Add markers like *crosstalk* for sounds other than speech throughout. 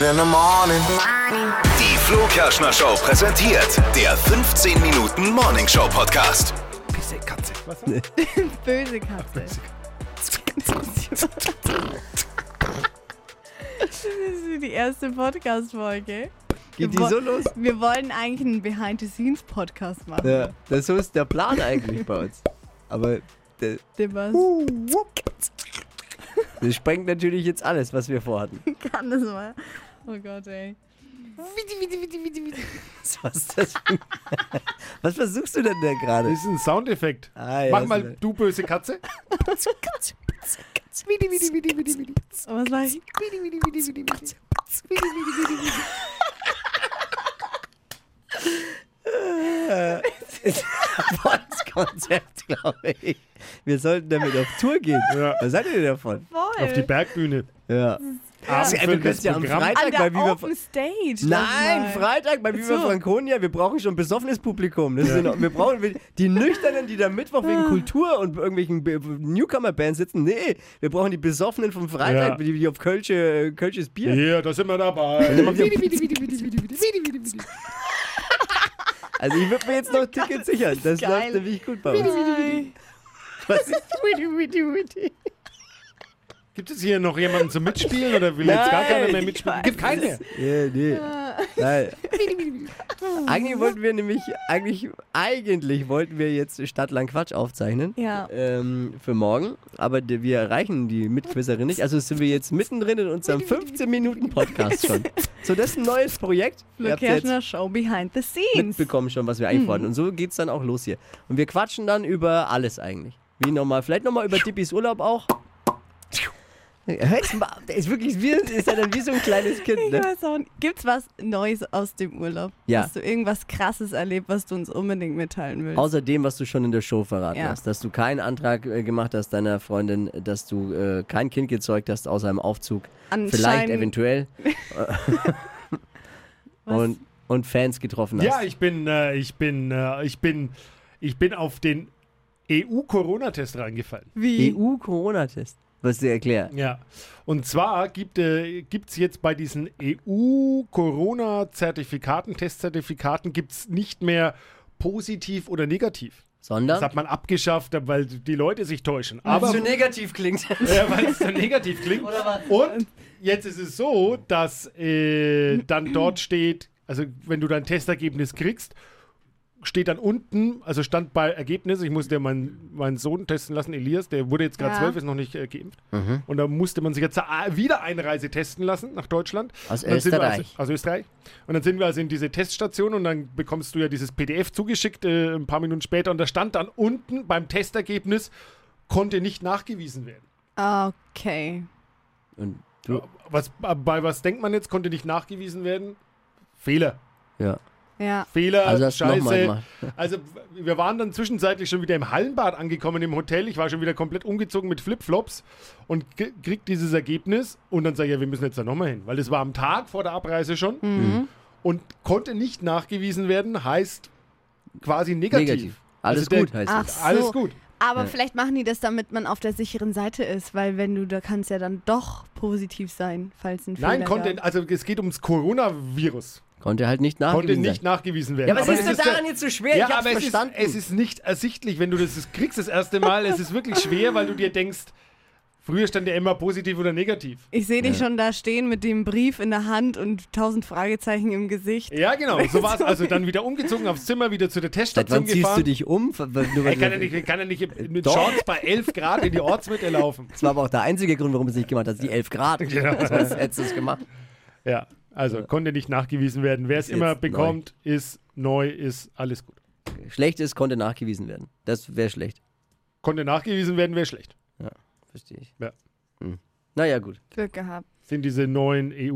in the morning. Die Flo Kerschner Show präsentiert der 15 Minuten Morning Show Podcast. Pisse, Katze. Was? Böse Katze. Das ist die erste Podcast-Folge. Geht die Wir wo- so los? Wir wollen eigentlich einen Behind-the-Scenes-Podcast machen. Ja, das so ist der Plan eigentlich bei uns. Aber der, Dem was *laughs* das sprengt natürlich jetzt alles, was wir *laughs* vorhatten. kann das mal? Oh Gott, ey. Was, ist das *laughs* für- was versuchst du denn da gerade? Das ist ein Soundeffekt. Ah, ja, Mach ist *laughs* mal, egal. du böse Katze. Oh, was war ich? Das Konzept, glaube ich. Wir sollten damit auf Tour gehen. Ja. Was seid ihr denn davon? Voll. Auf die Bergbühne. Äh. Ja. Also, Abendfüllendes Ey, wir könnten ja am Programm. Freitag bei An der Viva Open Stage. lass Nein, mal. Freitag bei Viva so. Franconia. Wir brauchen schon besoffenes Publikum. Das ist in Ordnung. wir brauchen wir- die Nüchternen, die da Mittwoch wegen Kultur und irgendwelchen Be- Newcomer-Bands sitzen. Nee, wir brauchen die Besoffenen vom Freitag, Ja. die, die auf Kölsche, Kölsches Bier. Ja, da sind wir dabei. Also ich würde mir jetzt noch Tickets sichern. Das geil. läuft nämlich gut bei uns. Nein. *laughs* Was ist Gibt es hier noch jemanden zum Mitspielen oder will jetzt gar Nein. keiner mehr mitspielen? Gibt keinen mehr. Ja, nee. *laughs* Nein. Eigentlich wollten wir nämlich, eigentlich, eigentlich wollten wir jetzt Stadtlang Quatsch aufzeichnen. Ja. Ähm, für morgen. Aber die, wir erreichen die Mitquizzerin nicht. Also sind wir jetzt mittendrin in unserem 15-Minuten-Podcast schon. So, das ist ein neues Projekt. Ihr Flo habt's jetzt Kerschner Show Behind the Scenes. mitbekommen schon, was wir eigentlich wollten. Und so geht's dann auch los hier. Und wir quatschen dann über alles eigentlich. Wie nochmal, vielleicht nochmal über Dippis Urlaub auch. Hört's mal, der ist wirklich wie, ist ja dann wie so ein kleines Kind, Ich ne? weiß auch nicht. Gibt's was Neues aus dem Urlaub? Ja. Hast du irgendwas Krasses erlebt, was du uns unbedingt mitteilen willst? Außer dem, was du schon in der Show verraten Ja. hast, dass du keinen Antrag äh, gemacht hast deiner Freundin, dass du äh, kein Kind gezeugt hast außer einem Aufzug. Vielleicht, *laughs* Anscheinend- eventuell. und, und Fans getroffen hast. Ja, ich bin, äh, ich bin, äh, ich bin, ich bin auf den EU-Corona-Test reingefallen. E Wie? EU-Corona-Test. Was dir erklärt. Ja. Und zwar gibt es jetzt bei diesen E EU-Corona-Zertifikaten, Testzertifikaten, gibt es nicht mehr positiv oder negativ. Das Sondern. hat man abgeschafft, weil die Leute sich täuschen. Aber negativ klingt. *laughs* Ja, weil es dann negativ klingt. Und jetzt ist es so, dass äh, dann dort steht, also wenn du dein Testergebnis kriegst, steht dann unten, also stand bei Ergebnis, ich musste ja meinen, meinen Sohn testen lassen, Elias, der wurde jetzt gerade Ja. zwölf, ist noch nicht äh, geimpft. Mhm. Und da musste man sich jetzt a- wieder Einreise testen lassen nach Deutschland. Aus Und dann sind wir Österreich. Also, aus Österreich. Und dann sind wir also in diese Teststation und dann bekommst du ja dieses PDF zugeschickt äh, ein paar Minuten später und da stand dann unten beim Testergebnis, konnte nicht nachgewiesen werden. Ah, Okay. Und du. Was, bei was denkt man jetzt? Konnte nicht nachgewiesen werden? Fehler. Ja. Ja. Fehler, Also hast du noch mal *laughs* Scheiße. gemacht. *laughs* Also wir waren dann zwischenzeitlich schon wieder im Hallenbad angekommen im Hotel. Ich war schon wieder komplett umgezogen mit Flipflops und k- krieg dieses Ergebnis und dann sage ich, ja, wir müssen jetzt da nochmal hin, weil das war am Tag vor der Abreise schon Mhm. Mhm. und konnte nicht nachgewiesen werden, heißt quasi negativ. Negativ. Alles Also der- gut heißt Ach es. so. Alles gut. Aber vielleicht machen die das, damit man auf der sicheren Seite ist, weil wenn du, da kannst ja dann doch positiv sein, falls ein Nein, Fehler konnte, gab. also es geht ums Coronavirus. Konnte halt nicht nachgewiesen Konnte nicht sein. nachgewiesen werden. Ja, aber, was es ist denn ja- daran jetzt so schwer? ich hab's aber es verstanden. Ist, es ist nicht ersichtlich, wenn du das das kriegst das erste Mal. es ist wirklich schwer, weil du dir denkst, früher stand ja immer positiv oder negativ. Ich sehe dich schon da stehen mit dem Brief in der Hand und tausend Fragezeichen im Gesicht. Ja, genau. So war es. Also dann wieder umgezogen aufs Zimmer, wieder zu der Seit Teststation wann ziehst du gefahren. dich um? Ver- ver- nur weil Er kann ja du- nicht, kann ja nicht mit Doch. Shorts bei 11 Grad in die Ortsmitte laufen. Das war aber auch der einzige Grund, warum du es nicht gemacht hast. Die 11 *laughs* Grad. Genau. *laughs* Sonst hättest du es gemacht. Ja, also konnte nicht nachgewiesen werden. Wer es Ist immer jetzt neu. bekommt, ist neu, ist alles gut. Schlecht ist, konnte nachgewiesen werden. Das wäre schlecht. Konnte nachgewiesen werden, wäre schlecht. Verstehe ich. Ja. Hm. Naja, gut. Glück gehabt. Sind diese neuen E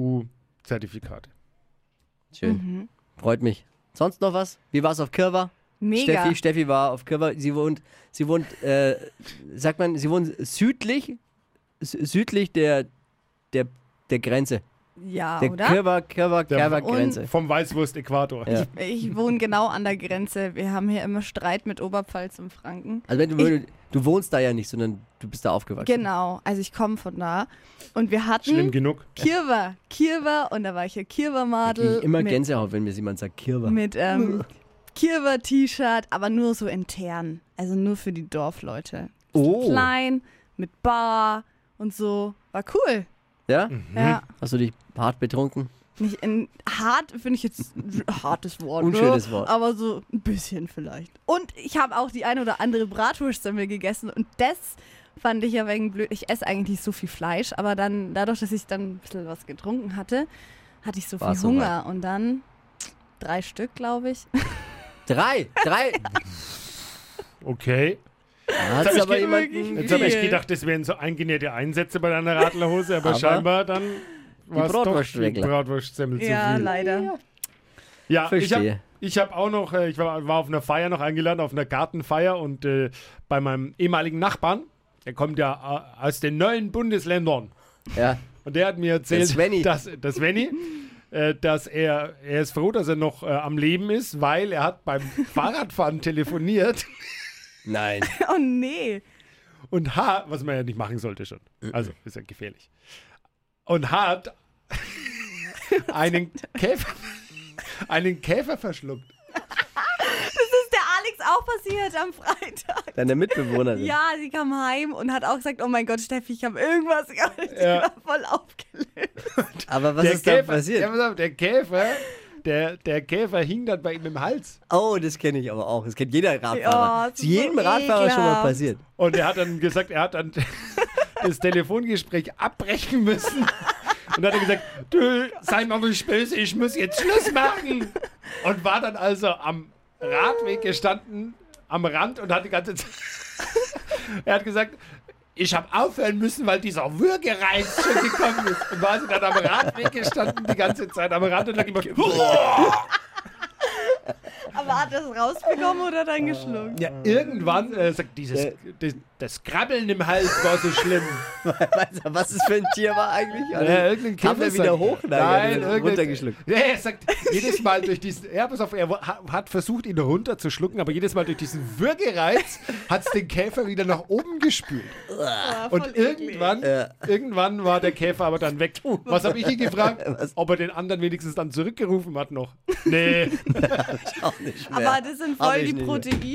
EU-Zertifikate. Schön. Mhm. Freut mich. Sonst noch was? Wie war es auf Kirwa? Mega. Steffi, Steffi war auf Kirwa. Sie wohnt, sie wohnt, äh, sagt man, sie wohnt südlich, sü- südlich der, der, der Grenze. ja, Der Ah, oder? Kirwa, Kirwa, Der- Kirwa Grenze. Vom Weißwurst-Äquator. Ja. Ich wohne genau an der Grenze. Wir haben hier immer Streit mit Oberpfalz und Franken. Also wenn du, wenn du, Du wohnst da ja nicht, sondern du bist da aufgewachsen. Genau, also ich komme von da. Und wir hatten Schlimm genug. Kirwa. Kirwa und da war ich ja Kirwa-Madel. Ich immer mit, Gänsehaut, wenn mir jemand sagt Kirwa. Mit ähm, Kirwa-T-Shirt, aber nur so intern. Also nur für die Dorfleute. Oh. Klein, mit Bar und so. War cool. Ja? Ja. Hast du dich hart betrunken? Nicht in, hart finde ich jetzt ein hartes Wort. Unschönes ne? Wort. Aber so ein bisschen vielleicht. Und ich habe auch die eine oder andere Bratwurst damit gegessen und das fand ich ja wegen blöd. Ich esse eigentlich nicht so viel Fleisch, aber dann dadurch, dass ich dann ein bisschen was getrunken hatte, hatte ich so War's viel soweit. Hunger und dann drei Stück, glaube ich. Drei! *laughs* Drei! Okay. Hat's hab ich aber ge- jemanden. Jetzt habe ich Viel. gedacht, das wären so eingenähte Einsätze bei deiner Radlerhose, aber, Aber scheinbar dann war es doch Bratwurst die wegler. *laughs* Bratwurstsemmel ja, zu viel. leider. Ja, ich Verstehe. habe ich hab auch noch, äh, ich war, war auf einer Feier noch eingeladen, auf einer Gartenfeier und äh, bei meinem ehemaligen Nachbarn, der kommt ja äh, aus den neuen Bundesländern. Ja. Und der hat mir erzählt, Der Svenny. dass das Svenny, äh, dass er, er ist froh, dass er noch äh, am Leben ist, weil er hat *laughs* beim Fahrradfahren telefoniert Nein. Oh nee. und hat, was man ja nicht machen sollte schon, Mhm. also ist ja gefährlich, und hat einen Käfer, einen Käfer verschluckt. Das ist der Alex auch passiert am Freitag. Deine Mitbewohnerin. Ja, sie kam heim und hat auch gesagt, oh mein Gott, Steffi, ich habe irgendwas. Ich Ja. war *laughs* voll aufgelöst. Aber was der ist da Käfer, passiert? Ja, pass auf, der Käfer, der, der Käfer hing dann bei ihm im Hals. Oh, das kenne ich aber auch. Das kennt jeder Ja, Radfahrer. das ist ist jedem so Radfahrer schon mal ekelhaft. passiert. *laughs* Und er hat dann gesagt, er hat dann *laughs* das Telefongespräch abbrechen müssen. Und hat er gesagt, du, sei mal nicht böse, ich muss jetzt Schluss machen. Und war dann also am Radweg gestanden, am Rand und hat die ganze Zeit... *laughs* er hat gesagt, ich habe aufhören müssen, weil dieser Würgereiz schon gekommen ist. Und war sie dann am Radweg gestanden, die ganze Zeit am Rand und hat gemacht... Aber hat das rausbekommen oder dann geschluckt? Ja, irgendwann äh, sagt dieses, Äh. das, das Krabbeln im Hals war so schlimm. Weißt du, was es für ein Tier war eigentlich? Ja, irgendein Kam der Käfer wieder sagt- hoch? Nein, er hat ihn runtergeschluckt. Ja, er sagt jedes Mal durch diesen. Ja, pass auf, er wo- ha- hat versucht, ihn runterzuschlucken, aber jedes Mal durch diesen Würgereiz hat es den Käfer wieder nach oben gespült. War voll Und irgendwann, Ja. irgendwann war der Käfer aber dann *laughs* weg. Was habe ich ihn gefragt? Was? Ob er den anderen wenigstens dann zurückgerufen hat noch. *laughs* Nee. Auch nicht mehr. Aber das sind Oh. Hab voll ich die nicht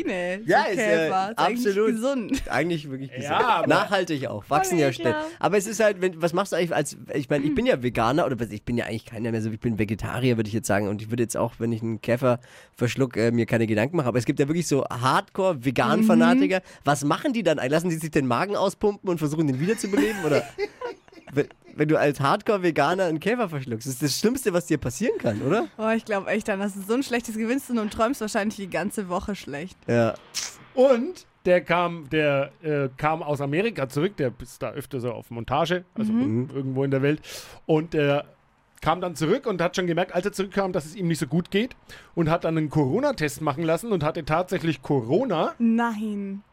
mehr. Proteine. so Ja, ist ja Käfer. ist eigentlich absolut. gesund. Eigentlich wirklich gesund. Ja, aber- Nachhaltig auch. Wachsen ja schnell. ekelhaft. Aber es ist halt, wenn, was machst du eigentlich als, ich meine, Mhm. ich bin ja Veganer oder was, ich bin ja eigentlich keiner mehr so, ich bin Vegetarier, würde ich jetzt sagen. Und ich würde jetzt auch, wenn ich einen Käfer verschluck, äh, mir keine Gedanken machen. Aber es gibt ja wirklich so Hardcore-Vegan-Fanatiker. Mhm. Was machen die dann? Lassen die sich den Magen auspumpen und versuchen, den wiederzubeleben? *laughs* Oder wenn, wenn du als Hardcore-Veganer einen Käfer verschluckst, das ist das Schlimmste, was dir passieren kann, oder? Boah, ich glaube echt, dann hast du so ein schlechtes Gewissen und träumst wahrscheinlich die ganze Woche schlecht. Ja. Und der kam, der äh, kam aus Amerika zurück, der ist da öfter so auf Montage, also irgendwo in der Welt. Und der kam dann zurück und hat schon gemerkt, als er zurückkam, dass es ihm nicht so gut geht und hat dann einen Corona-Test machen lassen und hatte tatsächlich Corona. Nein.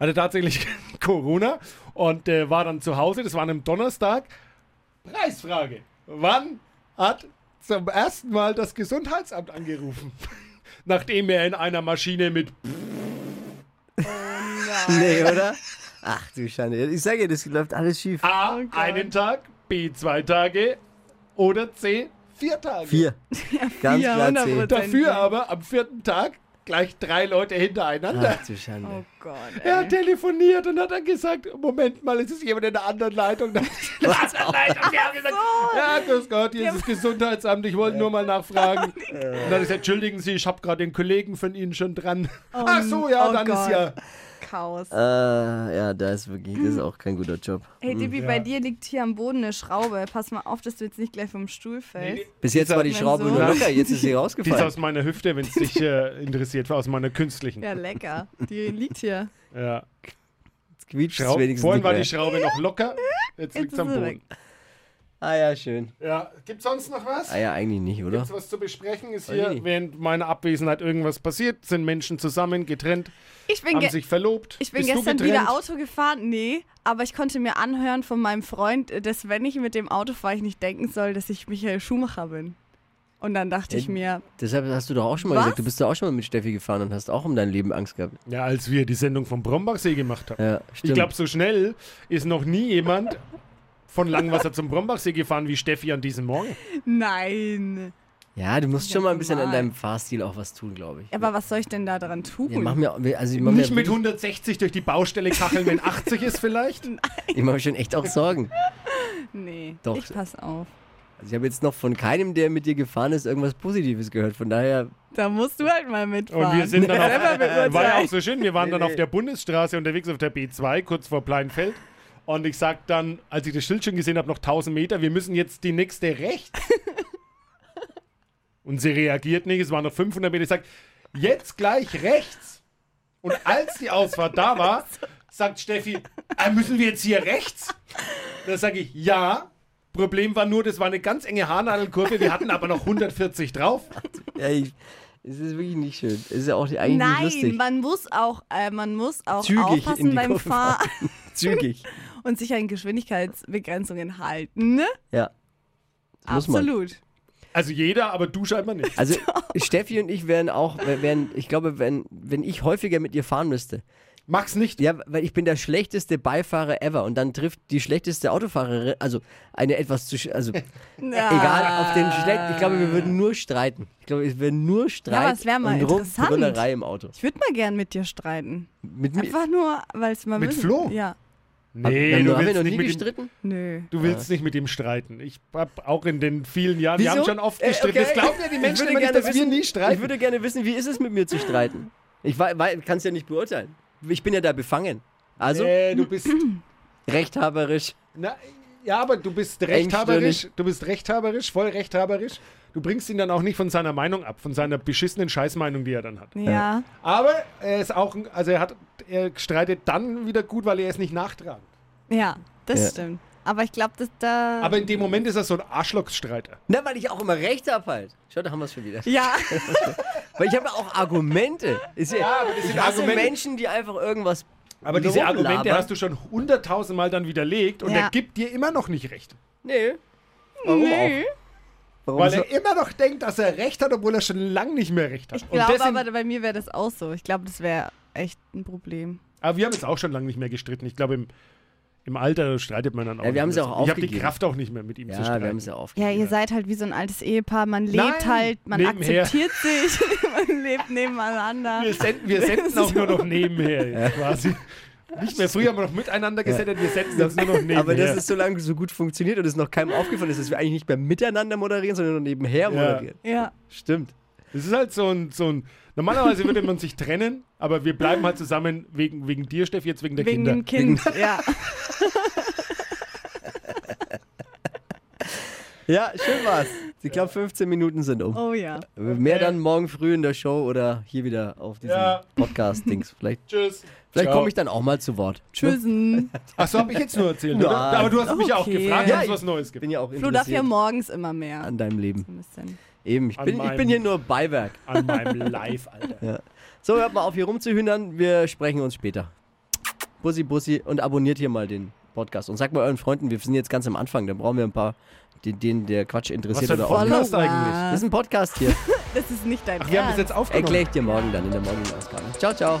Hatte tatsächlich *laughs* Corona und äh, war dann zu Hause. Das war an einem Donnerstag. Preisfrage. Wann hat zum ersten Mal das Gesundheitsamt angerufen? *laughs* Nachdem er in einer Maschine mit Nee, oder? Ach du Schande. Ich sage dir, das läuft alles schief. A, einen Tag, B, zwei Tage oder C, vier Tage. Vier. *laughs* Ganz vier, klar 100%. zehn. Dafür aber am vierten Tag gleich drei Leute hintereinander. Ah, Ach du Schande. Oh Gott. Er Ey. hat telefoniert und hat dann gesagt, Moment mal, es ist jemand in der anderen Leitung. Dann- *laughs* In der anderen Leitung. Die haben gesagt, ja, grüß Gott, hier ist das Gesundheitsamt, ich wollte nur mal *laughs* nachfragen. Und dann hat er gesagt, entschuldigen Sie, ich habe gerade den Kollegen von Ihnen schon dran. *laughs* Ach so, ja, oh dann ist Gott. ja... Chaos. Äh, ja, da ist wirklich, Mhm. das ist auch kein guter Job. Hey Dippi, Ja. bei dir liegt hier am Boden eine Schraube. Pass mal auf, dass du jetzt nicht gleich vom Stuhl fällst. Bis jetzt war die Mein Schraube Sohn. nur locker, jetzt ist sie *laughs* Die ist rausgefallen. aus meiner Hüfte, wenn es dich *laughs* äh, interessiert war, aus meiner künstlichen. Ja, Ja. lecker. Die liegt hier. Jetzt quietscht es Schraub- wenigstens Vorhin nicht war mehr. die Schraube noch locker, Jetzt jetzt, liegt ist es am sie Boden. weg. Ah ja, schön. Ja, gibt's sonst noch was? Ah ja, eigentlich nicht, oder? Gibt's was zu besprechen? Ist Weiß hier ich nicht. während meiner Abwesenheit irgendwas passiert? Sind Menschen zusammen, getrennt, Ich bin, haben ge sich verlobt? ich bin Bist du gestern getrennt? wieder Auto gefahren. Nee, aber ich konnte mir anhören äh, von meinem Freund, dass wenn ich mit dem Auto fahre, ich nicht denken soll, dass ich Michael Schumacher bin. Und dann dachte ich Eben. mir, Deshalb hast du doch auch schon mal Was? gesagt, du bist doch auch schon mal mit Steffi gefahren und hast auch um dein Leben Angst gehabt. Ja, als wir die Sendung vom Brombachsee gemacht haben. Ja, stimmt. ich glaube, so schnell ist noch nie jemand von Langwasser zum Brombachsee gefahren wie Steffi an diesem Morgen. nein. ja, du musst schon mal ein bisschen an normal. deinem Fahrstil auch was tun, glaube ich. Aber was soll ich denn da dran tun? Ja, mach mir, also ich mache mir, Nicht mit 160 durch die Baustelle kacheln, wenn 80 ist vielleicht. ich mach mir schon echt auch Sorgen. nee, Doch. ich pass auf. Also ich habe jetzt noch von keinem, der mit dir gefahren ist, irgendwas Positives gehört. Von daher, Da musst du halt mal mitfahren. Und wir *laughs* sind dann Selber mit auf, Urteil. war ja auch so schön, wir Nee, waren dann nee. auf der Bundesstraße unterwegs auf der B2, kurz vor Pleinfeld. Und ich sag dann, als ich das Schild schon gesehen habe, noch 1000 Meter, wir müssen jetzt die nächste *laughs* rechts. Und sie reagiert nicht, es waren noch 500 Meter. Ich sag, jetzt gleich rechts. Und als die Ausfahrt da war, sagt Steffi, "Ah, müssen wir jetzt hier rechts? Da sage ich, ja. Problem war nur, das war eine ganz enge Haarnadelkurve, wir hatten aber noch 140 drauf. ja, ich, es ist wirklich nicht schön. Es ist ja auch nicht- eigentlich nicht Nein, lustig. man muss auch, äh, man muss auch Zügig in aufpassen die beim Kurve Fahren Zügig. und sich an Geschwindigkeitsbegrenzungen halten. Ne? Ja. Das muss man. Absolut. Also jeder, aber du scheinbar *laughs* nicht. Also Steffi und ich wären auch, wären, ich glaube, wenn, wenn ich häufiger mit ihr fahren müsste, Mach's nicht. Ja, weil ich bin der schlechteste Beifahrer ever und dann trifft die schlechteste Autofahrerin, also eine etwas zu, sch- *laughs* also Ja. egal, auf den schlecht. Ich glaube, wir würden nur streiten. Ich glaube, es wäre nur Streit aber es wär mal und interessant. Rumbrüllerei im Auto. Ich würde mal gern mit dir streiten. Mit mir. Einfach nur, weil es mal Mit wissen- Flo? Ja. Nee, haben du wir willst, noch nie nicht mit ihm, gestritten? Nö. du willst nicht mit ihm streiten. Ich hab auch in den vielen Jahren, wir Wieso? haben schon oft Äh, gestritten. okay. Das glauben ja die Ich Menschen würde immer nicht, gerne dass wir wissen- nie Ich streiten. würde gerne wissen, wie ist es mit mir zu streiten? Ich kann es ja nicht beurteilen. Ich bin ja da befangen. Also, äh, du bist, rechthaberisch. *laughs* na, ja, aber du bist rechthaberisch, du bist rechthaberisch, voll rechthaberisch. Du bringst ihn dann auch nicht von seiner Meinung ab, von seiner beschissenen Scheißmeinung, die er dann hat. Ja. Aber er ist auch, ein- also er hat, er streitet dann wieder gut, weil er es nicht nachtragen. Ja, das Ja. stimmt. Aber ich glaube, dass da. Aber in dem Moment ist er so ein Arschlochstreiter. Na, weil ich auch immer recht habe halt. Schau, da haben wir es schon wieder. *laughs* *laughs* ja. Weil ich habe ja auch Argumente. Ah, Ist ja, Ja, aber das sind ich hasse Argumente. Menschen, die einfach irgendwas. Aber diese Argumente rumlabern. hast du schon hunderttausendmal dann widerlegt und Ja. er gibt dir immer noch nicht recht. Nee. Warum Nö. auch? Warum Weil so? er immer noch denkt, dass er recht hat, obwohl er schon lange nicht mehr recht hat. Ich Und glaube deswegen- aber, bei mir wäre das auch so. Ich glaube, das wäre echt ein Problem. aber wir haben jetzt auch schon lange nicht mehr gestritten. Ich glaube, im, im Alter streitet man dann auch. Ja, wir nicht haben mehr sie so. auch Ich habe die aufgegeben. Kraft auch nicht mehr mit ihm zu Ja, streiten. wir haben es ja aufgegeben. Ja, ihr seid halt wie so ein altes Ehepaar. Man lebt Nein, halt, man nebenher. akzeptiert sich, *laughs* man lebt nebeneinander. wir senden, wir senden auch nur noch nebenher jetzt quasi. Nicht mehr früher haben wir noch miteinander gesendet, wir senden das nur noch nebenher. Aber das ist so lange so gut funktioniert und es noch keinem aufgefallen ist, dass wir eigentlich nicht mehr miteinander moderieren, sondern nur nebenher moderieren. Ja. Stimmt. Es ist halt so ein, so ein. Normalerweise würde man sich trennen, aber wir bleiben halt zusammen wegen, wegen dir, Steffi, jetzt wegen der Wegen Kinder. dem Kind, ja. Ja, schön war's. Ich glaube, 15 Minuten sind um. Oh *laughs* ja. Mehr dann morgen früh in der Show oder hier wieder auf diesem Ja. Podcast-Dings. Vielleicht, Tschüss. vielleicht Ciao. komme ich dann auch mal zu Wort. Tschüssen. Achso, habe ich jetzt nur erzählt, Nein. oder? Aber du hast mich ja auch Okay. gefragt, Ja, ob es ich- was Neues Ich gibt. bin ja auch Flo darf ja interessiert morgens immer mehr. an deinem Leben. So ein bisschen. Eben, ich An bin, ich bin meinem- hier nur Beiwerk. An meinem Live, Alter. So, hört mal auf hier rumzuhühnern. Wir sprechen uns später. Bussi, Bussi und abonniert hier mal den Podcast. Und sagt mal euren Freunden, wir sind jetzt ganz am Anfang. Da brauchen wir ein paar, die, denen der Quatsch Was interessiert für ein oder auch. Podcast Follower. eigentlich? Das ist ein Podcast hier. Das ist nicht dein Ach, wir haben Ernst. das jetzt aufgenommen. Erkläre ich dir morgen dann in der Morgenausgabe. Ciao, ciao.